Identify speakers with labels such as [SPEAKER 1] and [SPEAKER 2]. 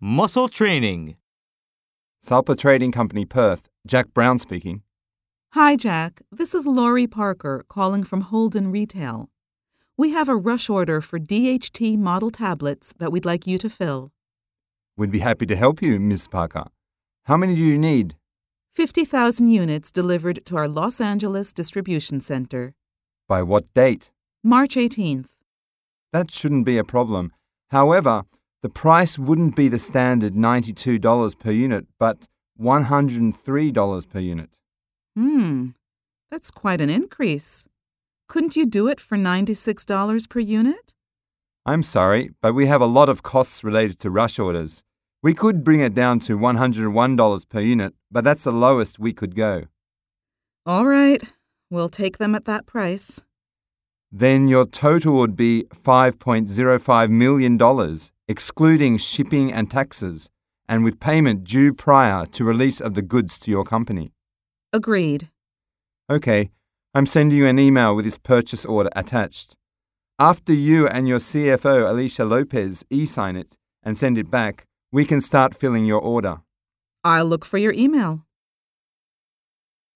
[SPEAKER 1] Muscle training.
[SPEAKER 2] Salpa Trading Company Perth, Jack Brown speaking.
[SPEAKER 3] Hi, Jack. This is Laurie Parker calling from Holden Retail. We have a rush order for DHT model tablets that we'd like you to fill.
[SPEAKER 2] We'd be happy to help you, Ms. Parker. How many do you need?
[SPEAKER 3] 50,000 units delivered to our Los Angeles distribution center.
[SPEAKER 2] By what date?
[SPEAKER 3] March 18th.
[SPEAKER 2] That shouldn't be a problem. However, the price wouldn't be the standard $92 per unit, but $103 per unit.
[SPEAKER 3] Hmm, that's quite an increase. Couldn't you do it for $96 per unit?
[SPEAKER 2] I'm sorry, but we have a lot of costs related to rush orders. We could bring it down to $101 per unit, but that's the lowest we could go.
[SPEAKER 3] All right, we'll take them at that price.
[SPEAKER 2] Then your total would be $5.05 million, excluding shipping and taxes, and with payment due prior to release of the goods to your company.
[SPEAKER 3] Agreed.
[SPEAKER 2] Okay, I'm sending you an email with this purchase order attached. After you and your CFO, Alicia Lopez, e sign it and send it back, we can start filling your order.
[SPEAKER 3] I'll look for your email.